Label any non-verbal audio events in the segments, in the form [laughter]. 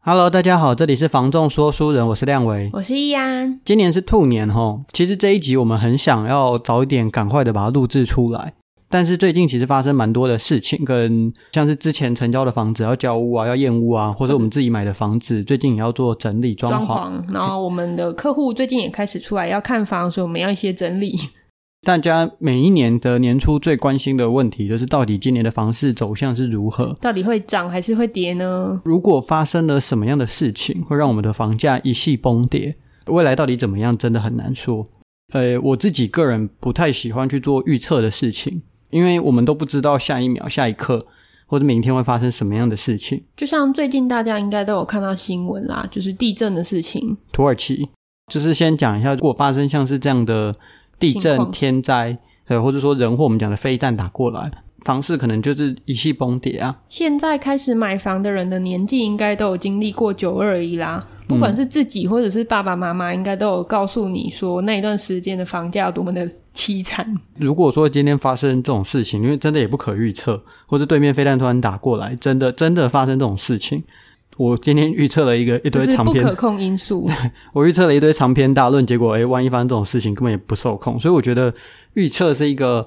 Hello，大家好，这里是房仲说书人，我是亮维。我是易安，今年是兔年吼，其实这一集我们很想要早一点，赶快的把它录制出来。但是最近其实发生蛮多的事情，跟像是之前成交的房子要交屋啊，要验屋啊，或者我们自己买的房子，最近也要做整理装装潢。潢，然后我们的客户最近也开始出来要看房，所以我们要一些整理。 [laughs] 大家每一年的年初最关心的问题，就是到底今年的房市走向是如何？到底会涨还是会跌呢？如果发生了什么样的事情，会让我们的房价一系崩跌，未来到底怎么样，真的很难说。呃，我自己个人不太喜欢去做预测的事情，因为我们都不知道下一秒、下一刻或者明天会发生什么样的事情。就像最近大家应该都有看到新闻啦，就是地震的事情。土耳其就是先讲一下，如果发生像是这样的地情震、况天灾，呃，或者说人祸，我们讲的飞弹打过来，房市可能就是一系崩跌啊。现在开始买房的人的年纪应该都有经历过九二一啦，不管是自己或者是爸爸妈妈，应该都有告诉你说那一段时间的房价有多么的凄惨。如果说今天发生这种事情，因为真的也不可预测，或者对面飞弹突然打过来，真的真的发生这种事情，我今天预测了一个一就堆是长不可篇，控因 [laughs] 素，我预测了一堆长篇大论，结果诶，万一发生这种事情，根本也不受控，所以我觉得预测是一个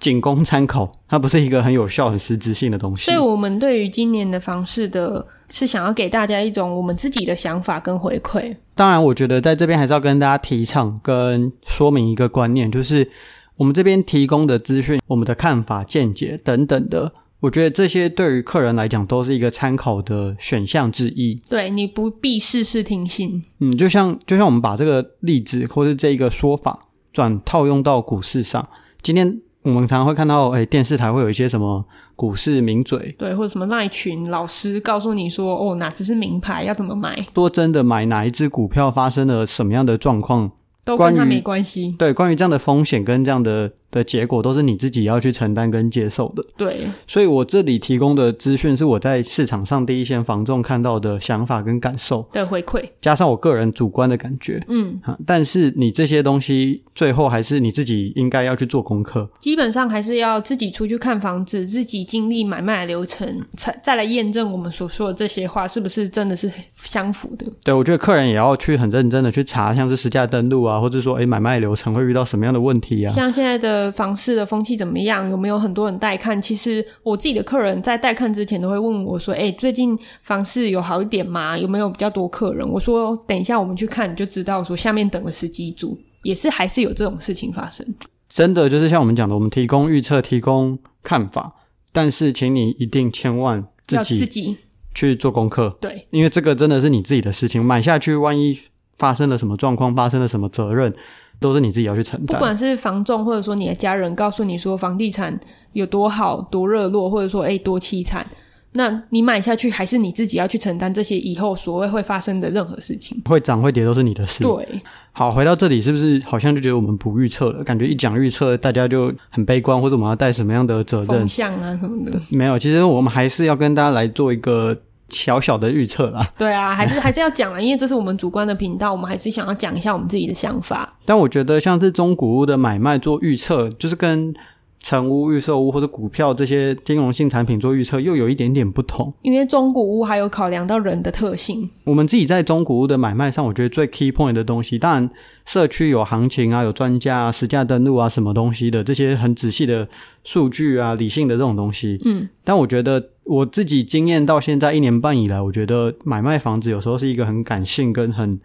仅供参考，它不是一个很有效、很实质性的东西所以。我们对于今年的房市的，是想要给大家一种我们自己的想法跟回馈。当然，我觉得在这边还是要跟大家提倡跟说明一个观念，就是我们这边提供的资讯、我们的看法、见解等等的，我觉得这些对于客人来讲都是一个参考的选项之一。对，你不必事事听信。嗯，就像就像我们把这个例子或是这一个说法转套用到股市上，今天我们常常会看到，哎，电视台会有一些什么股市名嘴，对，或者什么那一群老师告诉你说，哦，哪只是名牌，要怎么买，说真的，买哪一只股票发生了什么样的状况，都跟他关于没关系。对，关于这样的风险跟这样的的结果，都是你自己要去承担跟接受的。对，所以我这里提供的资讯是我在市场上第一线房仲看到的想法跟感受，的回馈，加上我个人主观的感觉。嗯，啊，但是你这些东西最后还是你自己应该要去做功课。基本上还是要自己出去看房子，自己经历买卖的流程，才再来验证我们所说的这些话是不是真的是相符的。对我觉得客人也要去很认真的去查，像是实价登录啊，或者说诶买卖流程会遇到什么样的问题啊。像现在的房市的风气怎么样？有没有很多人带看？其实我自己的客人在带看之前都会问我说：“哎、最近房市有好一点吗？有没有比较多客人？”我说：“哦等一下我们去看，你就知道。”说下面等了十几组，也是还是有这种事情发生。真的就是像我们讲的，我们提供预测，提供看法，但是请你一定千万自要自己己去做功课。对因为这个真的是你自己的事情，买下去万一发生了什么状况，发生了什么责任，都是你自己要去承不担。管是房仲或者说你的家人告诉你说房地产有多好、多热络，或者说哎、多凄惨，那你买下去还是你自己要去承担这些以后所谓会发生的任何事情。会涨会跌都是你的事。对，好，回到这里是不是好像就觉得我们不预测了？感觉一讲预测，大家就很悲观，或者我们要带什么样的责风任？向啊什么的。没有，其实我们还是要跟大家来做一个小小的预测啦。对啊，还是还是要讲啊，因为这是我们主观的频道，我们还是想要讲一下我们自己的想法。但我觉得像是中古屋的买卖做预测，就是跟成屋、预售屋或者股票这些金融性产品做预测，又有一点点不同。因为中古屋还有考量到人的特性，我们自己在中古屋的买卖上，我觉得最 key point 的东西，当然社区有行情啊，有专家啊，实价登录啊，什么东西的这些很仔细的数据啊，理性的这种东西。嗯，但我觉得我自己经验到现在一年半以来，我觉得买卖房子有时候是一个很感性跟很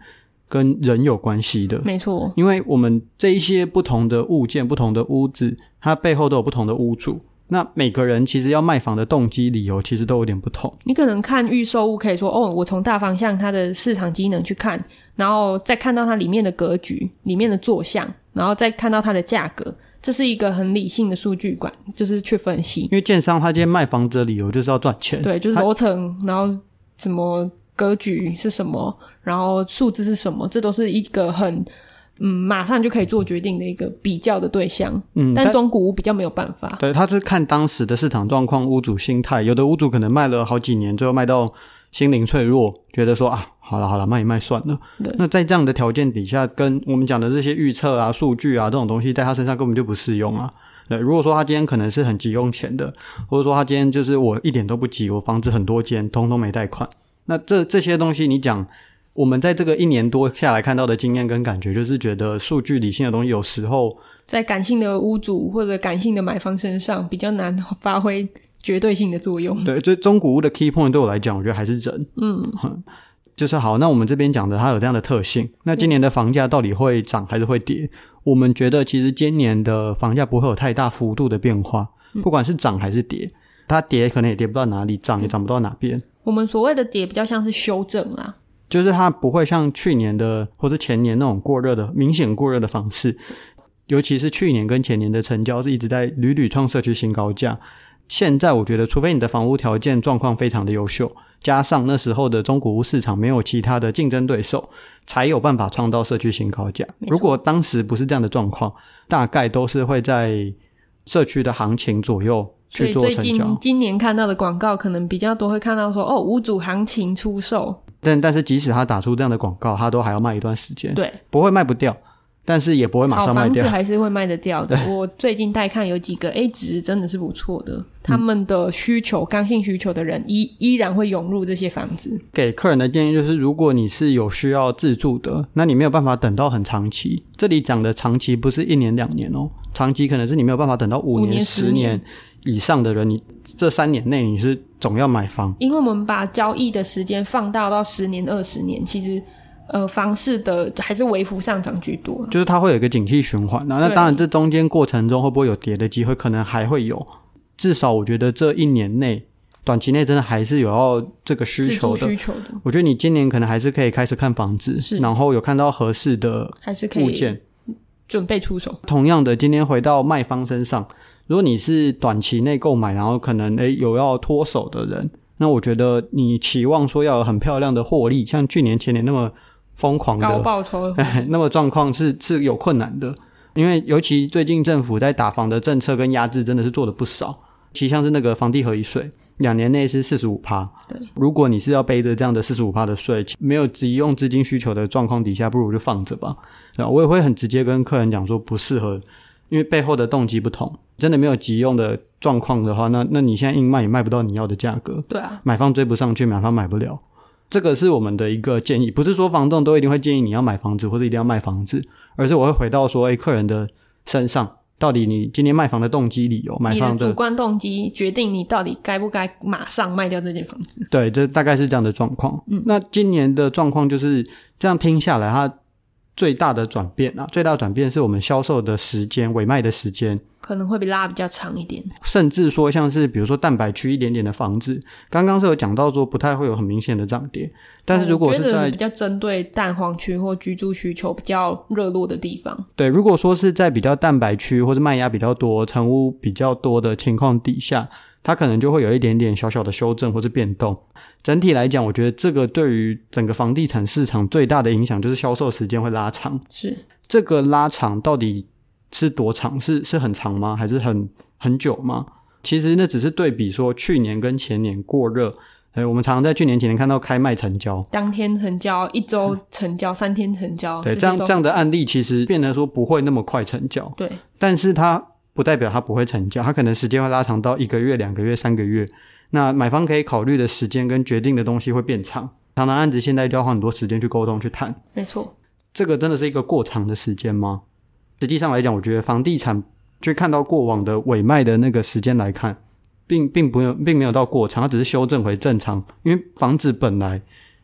跟人有关系的，没错，因为我们这一些不同的物件、不同的屋子，它背后都有不同的屋主。那每个人其实要卖房的动机、理由其实都有点不同。你可能看预售物可以说哦，我从大方向它的市场机能去看，然后再看到它里面的格局、里面的坐向，然后再看到它的价格。这是一个很理性的数据管，就是去分析因。为建商他今天卖房子的理由就是要赚钱，对，就是他楼层，然后什么格局是什么，然后数字是什么，这都是一个很嗯马上就可以做决定的一个比较的对象。嗯，但但中古屋比较没有办法。对，他是看当时的市场状况、屋主心态，有的屋主可能卖了好几年，最后卖到心灵脆弱，觉得说啊，好了好了，卖一卖算了对。那在这样的条件底下，跟我们讲的这些预测啊、数据啊这种东西，在他身上根本就不适用啊。对，如果说他今天可能是很急用钱的，或者说他今天就是我一点都不急，我房子很多间，通通没贷款，那这这些东西你讲。我们在这个一年多下来看到的经验跟感觉，就是觉得数据理性的东西，有时候在感性的屋主或者感性的买方身上比较难发挥绝对性的作用。对，这中古屋的 key point 对我来讲，我觉得还是人。嗯， [laughs] 就是好。那我们这边讲的，它有这样的特性。那今年的房价到底会涨还是会跌？我们觉得其实今年的房价不会有太大幅度的变化，不管是涨还是跌，它跌可能也跌不到哪里，涨也涨不到哪边。我们所谓的跌比较像是修正啦，就是它不会像去年的或者前年那种过热的明显过热的方式， [laughs] 尤其是去年跟前年的成交是一直在屡屡创社区新高价。现在我觉得，除非你的房屋条件状况非常的优秀，加上那时候的中古屋市场没有其他的竞争对手，才有办法创造社区新高价。没错如果当时不是这样的状况，大概都是会在社区的行情左右所去以做最成近交。今年看到的广告可能比较多，会看到说哦，屋主行情出售，但但是即使他打出这样的广告，他都还要卖一段时间。对，不会卖不掉，但是也不会马好上卖房子掉。还是会卖得掉的。我最近带看有几个 A 值真的是不错的，他们的需求刚性需求的人依依然会涌入这些房子，给客人的建议就是，如果你是有需要自住的，那你没有办法等到很长期。这里讲的长期不是一年两年哦，长期可能是你没有办法等到五五年十10年以上的人，你这三年内你是总要买房。因为我们把交易的时间放大到十年、二十年，其实呃房市的还是微幅上涨居多。就是它会有一个景气循环、啊。那对当然，这中间过程中会不会有跌的机会，可能还会有。至少我觉得这一年内，短期内真的还是有要这个需自求住的需。求的我觉得你今年可能还是可以开始看房子是，然后有看到合适的还是可物以件。准备出手，同样的，今天回到卖方身上，如果你是短期内购买，然后可能诶有要脱手的人，那我觉得你期望说要有很漂亮的获利，像去年前年那么疯狂高的，报 [laughs] 酬那么状况是是有困难的，因为尤其最近政府在打房的政策跟压制真的是做的不少，其像是那个房地合一税，两年内是四十五趴，对，如果你是要背着这样的四十五趴的税，没有急用资金需求的状况底下，不如就放着吧。对吧啊我也会很直接跟客人讲说不适合，因为背后的动机不同。真的没有急用的状况的话，那那你现在硬卖也卖不到你要的价格，对啊，买方追不上去，买方买不了。这个是我们的一个建议，不是说房东都一定会建议你要买房子或者一定要卖房子，而是我会回到说，哎，客人的身上，到底你今天卖房的动机、理由、买你的房主观动机决定你到底该不该马上卖掉这间房子。对，这大概是这样的状况。嗯，那今年的状况就是这样听下来，它最大的转变啊，最大的转变是我们销售的时间、尾卖的时间，可能会比拉比较长一点，甚至说像是比如说蛋白区一点点的房子，刚刚是有讲到说不太会有很明显的涨跌，但是如果哦我是觉得在比较针对蛋黄区或居住需求比较热络的地方，对，如果说是在比较蛋白区或者卖压比较多、成屋比较多的情况底下，它可能就会有一点点小小的修正或是变动。整体来讲，我觉得这个对于整个房地产市场最大的影响就是销售时间会拉长。是这个拉长到底是多长？是是很长吗？还是很很久吗？其实那只是对比说去年跟前年过热。呃，我们常常在去年前年看到开卖成交，当天成交、一周成交、三天成交，嗯对，哦些这样都这样的案例其实变得说不会那么快成交，对，但是它不代表它不会成交，它可能时间会拉长到一个月、两个月、三个月。那买方可以考虑的时间跟决定的东西会变长，常常案子现在就要花很多时间去沟通去谈。没错，这个真的是一个过长的时间吗？实际上来讲，我觉得房地产就看到过往的尾卖的那个时间来看，并并没有并没有到过长，它只是修正回正常，因为房子本来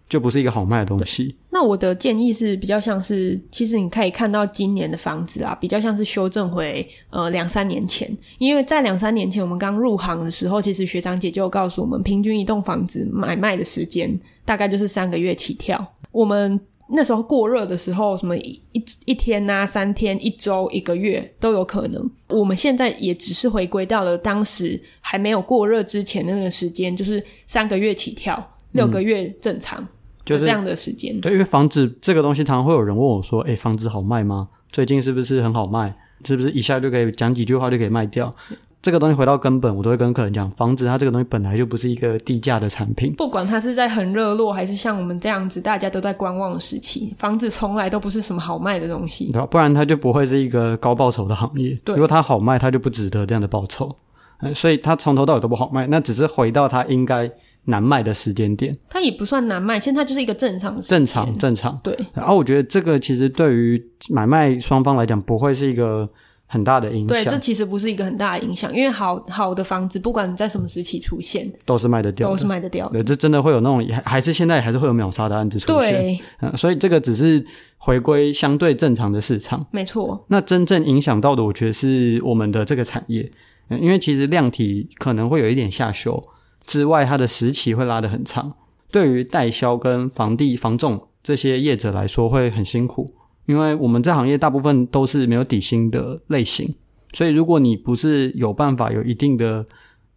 就不是一个好卖的东西。那我的建议是比较像是，其实你可以看到今年的房子啊，比较像是修正回呃两三年前，因为在两三年前我们刚入行的时候，其实学长姐就告诉我们，平均一栋房子买卖的时间大概就是三个月起跳。我们那时候过热的时候，什么一一一天呐、三天、一周、一个月都有可能。我们现在也只是回归到了当时还没有过热之前的那个时间，就是三个月起跳，六个月正常，嗯就是这样的时间。对，因为房子这个东西，常常会有人问我说：“哎、房子好卖吗？最近是不是很好卖？是不是一下就可以讲几句话就可以卖掉？”这个东西回到根本，我都会跟客人讲，房子它这个东西本来就不是一个低价的产品。不管它是在很热络，还是像我们这样子大家都在观望的时期，房子从来都不是什么好卖的东西。对吧不然它就不会是一个高报酬的行业。对如果它好卖，它就不值得这样的报酬。嗯，所以它从头到尾都不好卖，那只是回到它应该难卖的时间点，它也不算难卖，现在它就是一个正常的时间正常正常。对。然后我觉得这个其实对于买卖双方来讲，不会是一个很大的影对，这响，其实不是一个很大的影响，因为好好的房子，不管你在什么时期出现，都是卖得掉都是的。卖得掉的。对，这真的会有那种，还还是现在还是会有秒杀的案子出现。对，嗯，所以这个只是回归相对正常的市场。没错，那真正影响到的，我觉得是我们的这个产业，嗯因为其实量体可能会有一点下修，之外它的时期会拉得很长，对于代销跟房地房仲这些业者来说会很辛苦，因为我们这行业大部分都是没有底薪的类型，所以如果你不是有办法有一定的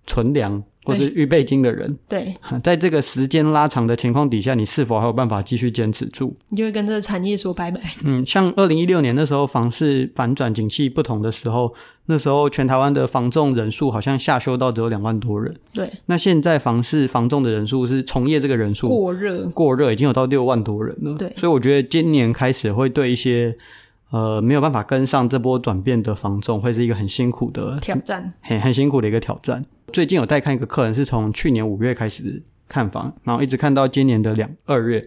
存粮或是预备金的人，对， [laughs] 在这个时间拉长的情况底下，你是否还有办法继续坚持住？你就会跟这个产业说拜拜。嗯，像二零一六年那时候房市反转景气不同的时候，那时候全台湾的房仲人数好像下修到只有两万多人。对，那现在房市房仲的人数是从业这个人数过热，过热，已经有到六万多人了。对所以我觉得今年开始会对一些呃没有办法跟上这波转变的房仲，会是一个很辛苦的挑战，很很辛苦的一个挑战。最近有带看一个客人，是从去年五月开始看房，然后一直看到今年的两二月，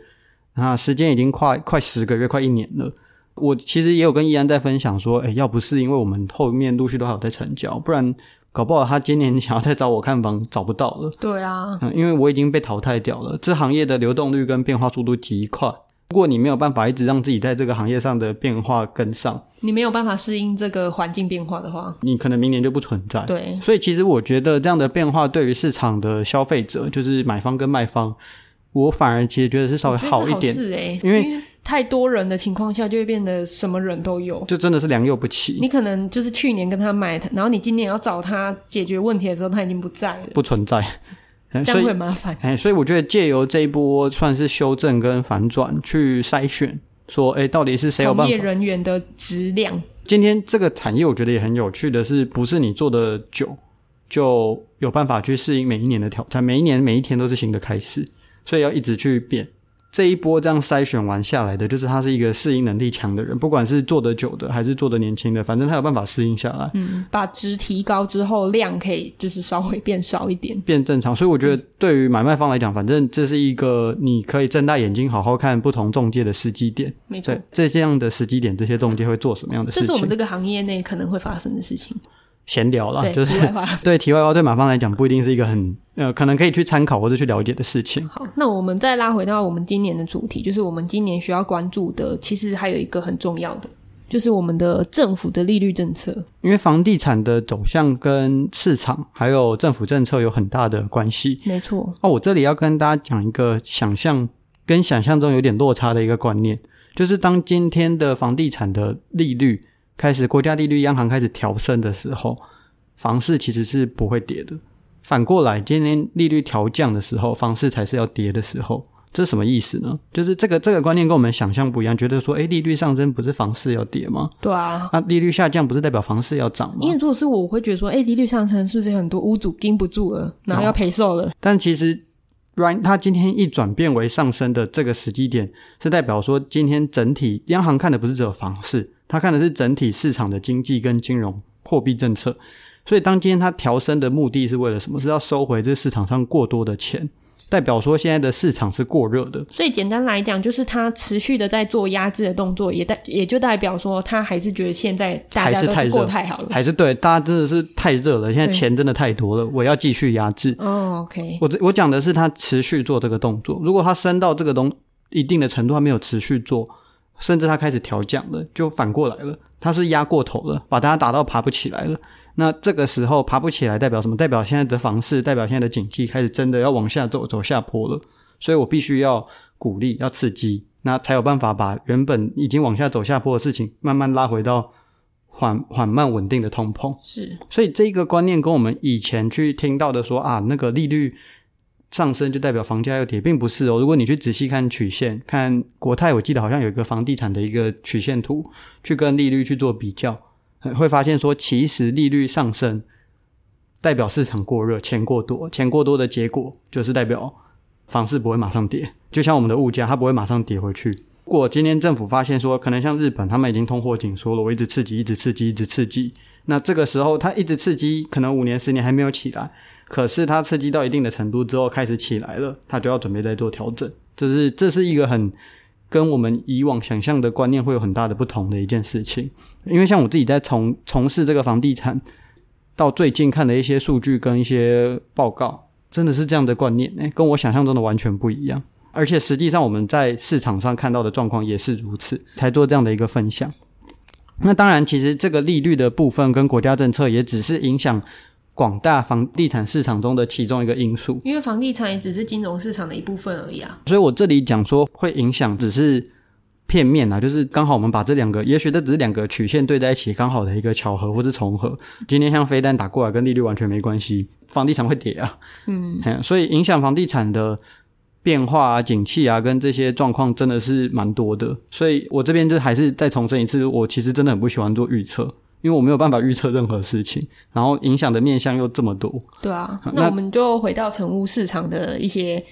那时间已经快快十个月，快一年了。我其实也有跟易安在分享说，哎，要不是因为我们后面陆续都还有在成交，不然搞不好他今年 [laughs] 想要再找我看房找不到了。对啊，嗯，因为我已经被淘汰掉了。这行业的流动率跟变化速度极快，如果你没有办法一直让自己在这个行业上的变化跟上，你没有办法适应这个环境变化的话，你可能明年就不存在。对，所以其实我觉得这样的变化对于市场的消费者，就是买方跟卖方，我反而其实觉得是稍微我觉得好是一好点，事哎，因为太多人的情况下，就会变得什么人都有。就真的是良莠不齐，你可能就是去年跟他买，然后你今年要找他解决问题的时候，他已经不在了，不存在。哎这所样会以很，麻烦。哎，所以我觉得借由这一波算是修正跟反转去筛选，说，哎，到底是谁有从办业法？人员的质量，今天这个产业我觉得也很有趣的是，不是你做的久就有办法去适应每一年的挑战，每一年每一天都是新的开始，所以要一直去变。这一波这样筛选完下来的，就是他是一个适应能力强的人，不管是做得久的还是做得年轻的，反正他有办法适应下来，嗯，把值提高之后，量可以就是稍微变少一点。变正常。所以我觉得对于买卖方来讲，反正这是一个你可以睁大眼睛好好看不同中介的时机点，没错对，这这样的时机点，这些中介会做什么样的嗯这事是我们情？这个行业内可能会发生的事情。闲聊啦，对，就是题外话。 [laughs] 对题外话，对买方来讲不一定是一个很呃，可能可以去参考或者去了解的事情。好，那我们再拉回到我们今年的主题，就是我们今年需要关注的，其实还有一个很重要的，就是我们的政府的利率政策。因为房地产的走向跟市场还有政府政策有很大的关系。没错，哦，我这里要跟大家讲一个想象跟想象中有点落差的一个观念，就是当今天的房地产的利率开始，国家利率、央行开始调升的时候，房市其实是不会跌的。反过来，今天利率调降的时候，房市才是要跌的时候。这是什么意思呢？就是这个这个观念跟我们想象不一样，觉得说，诶，利率上升不是房市要跌吗？对啊。那、利率下降不是代表房市要涨吗？因为如果是我，我会觉得说，哎、利率上升是不是很多屋主盯不住了，然后要赔售了？但其实 Ryan 它今天一转变为上升的这个时机点，是代表说今天整体央行看的不是只有房市，它看的是整体市场的经济跟金融货币政策。所以当今天它调升的目的是为了什么？是要收回这市场上过多的钱，代表说现在的市场是过热的。所以简单来讲，就是他持续的在做压制的动作，也代也就代表说，他还是觉得现在大家还是都太热过太好了。还是对，大家真的是太热了，现在对钱真的太多了，我要继续压制。哦，OK，我这我讲的是他持续做这个动作，如果他升到这个东一定的程度，他没有持续做，甚至他开始调降了，就反过来了，他是压过头了，把大家打到爬不起来了。那这个时候爬不起来代表什么？代表现在的房市，代表现在的景气开始真的要往下走，走下坡了。所以我必须要鼓励，要刺激，那才有办法把原本已经往下走下坡的事情，慢慢拉回到缓缓慢稳定的通膨。是所以这一个观念跟我们以前去听到的说啊，那个利率上升就代表房价要跌，并不是哦。如果你去仔细看曲线，看国泰，我记得好像有一个房地产的一个曲线图，去跟利率去做比较，呃会发现说，其实利率上升代表市场过热，钱过多，钱过多的结果就是代表房市不会马上跌，就像我们的物价，它不会马上跌回去。如果今天政府发现说，可能像日本，他们已经通货紧缩了，我一直刺激，一直刺激，一直刺激，那这个时候它一直刺激，可能五年十年还没有起来，可是它刺激到一定的程度之后开始起来了，它就要准备再做调整。这是这是一个很跟我们以往想象的观念会有很大的不同的一件事情。因为像我自己在从从事这个房地产，到最近看的一些数据跟一些报告，真的是这样的观念，诶，跟我想象中的完全不一样。而且实际上我们在市场上看到的状况也是如此，才做这样的一个分享。那当然，其实这个利率的部分跟国家政策也只是影响广大房地产市场中的其中一个因素。因为房地产也只是金融市场的一部分而已啊。所以我这里讲说会影响，只是片面啊，就是刚好我们把这两个，也许这只是两个曲线对在一起，刚好的一个巧合或是重合。今天像飞弹打过来，跟利率完全没关系，房地产会跌啊，嗯，所以影响房地产的。变化啊、景气啊，跟这些状况真的是蛮多的，所以我这边就还是再重申一次，我其实真的很不喜欢做预测，因为我没有办法预测任何事情，然后影响的面向又这么多，对啊，好那那我们就回到成屋市场的一些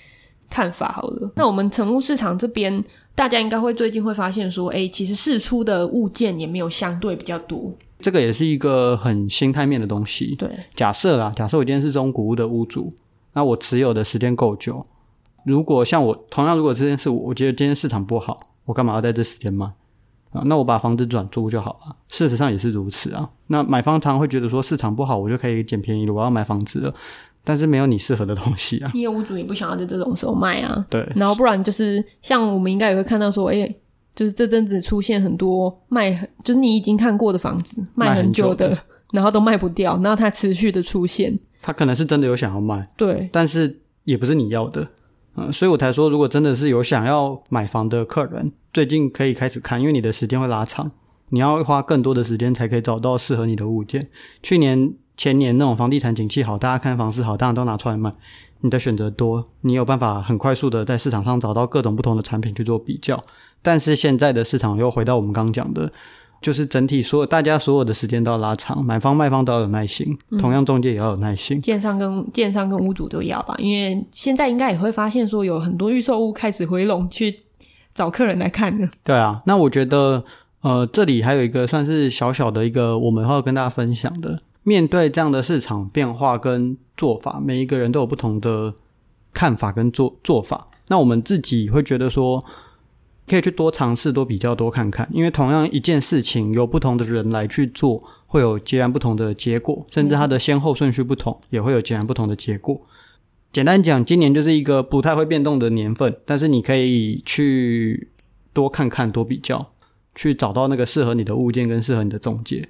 看法好了。那我们成屋市场这边，大家应该会最近会发现说，哎、其实试出的物件也没有相对比较多。这个也是一个很心态面的东西。对，假设啦，假设我今天是中古屋的屋主，那我持有的时间够久。如果像我同样，如果这件事我我觉得今天市场不好，我干嘛要在这时间卖啊？那我把房子转租就好了。事实上也是如此啊。那买方常会觉得说市场不好，我就可以捡便宜了，我要买房子了，但是没有你适合的东西啊。因为屋主也不想要在这种时候卖啊。对，然后不然就是像我们应该也会看到说，哎、就是这阵子出现很多卖很，就是你已经看过的房子卖卖很很久久的，然后都卖不掉，然后它持续的出现。他可能是真的有想要卖，对，但是也不是你要的，嗯，所以我才说，如果真的是有想要买房的客人，最近可以开始看，因为你的时间会拉长，你要花更多的时间才可以找到适合你的物件。去年、前年那种房地产景气好，大家看房市好，当然都拿出来卖，你的选择多，你有办法很快速的在市场上找到各种不同的产品去做比较。但是现在的市场又回到我们刚刚讲的。就是整体所有大家所有的时间都要拉长，买方卖方都要有耐心，同样中介也要有耐心。建商跟建商跟屋主都要吧，因为现在应该也会发现说有很多预售屋开始回笼去找客人来看了。对啊，那我觉得呃，这里还有一个算是小小的一个我们要跟大家分享的，面对这样的市场变化跟做法，每一个人都有不同的看法跟做做法。那我们自己会觉得说，可以去多尝试、多比较、多看看，因为同样一件事情，由不同的人来去做，会有截然不同的结果，甚至它的先后顺序不同，也会有截然不同的结果。简单讲，今年就是一个不太会变动的年份，但是你可以去多看看、多比较，去找到那个适合你的物件跟适合你的中介，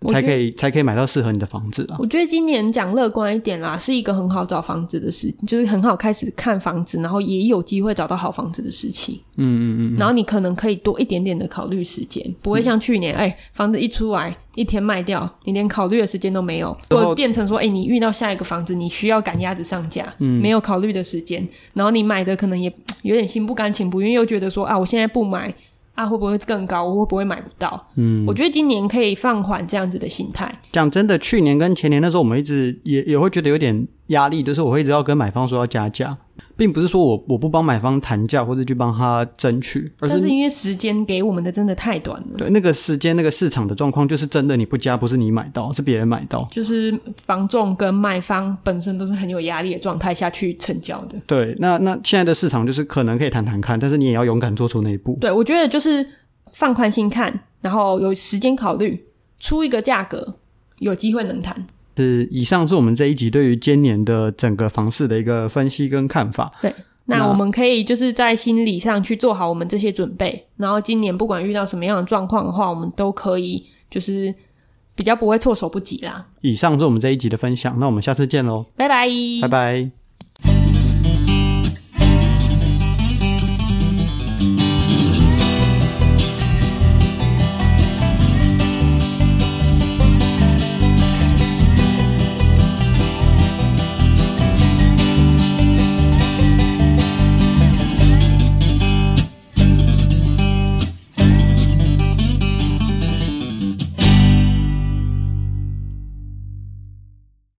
我觉才得可以才可以买到适合你的房子啊。我觉得今年讲乐观一点啦，是一个很好找房子的事，就是很好开始看房子，然后也有机会找到好房子的时期。嗯嗯嗯，然后你可能可以多一点点的考虑时间，不会像去年，哎、房子一出来一天卖掉，你连考虑的时间都没有，然或后者变成说，哎、你遇到下一个房子，你需要赶鸭子上架，嗯没有考虑的时间，然后你买的可能也有点心不甘情不愿，又觉得说啊，我现在不买。啊，会不会更高？我会不会买不到？嗯，我觉得今年可以放缓这样子的心态。讲真的，去年跟前年那时候，我们一直也也会觉得有点压力，就是我会一直要跟买方说要加价，并不是说我我不帮买方谈价或者去帮他争取，而但是是因为时间给我们的真的太短了，对那个时间那个市场的状况，就是真的你不加，不是你买到，是别人买到。就是房仲跟卖方本身都是很有压力的状态下去成交的。对，那那现在的市场就是可能可以谈谈看，但是你也要勇敢做出那一步。对，我觉得就是放宽心看，然后有时间考虑，出一个价格，有机会能谈。是，以上是我们这一集对于今年的整个房市的一个分析跟看法。对，那那我们可以就是在心理上去做好我们这些准备，然后今年不管遇到什么样的状况的话，我们都可以就是比较不会措手不及啦。以上是我们这一集的分享，那我们下次见喽，拜拜，拜拜。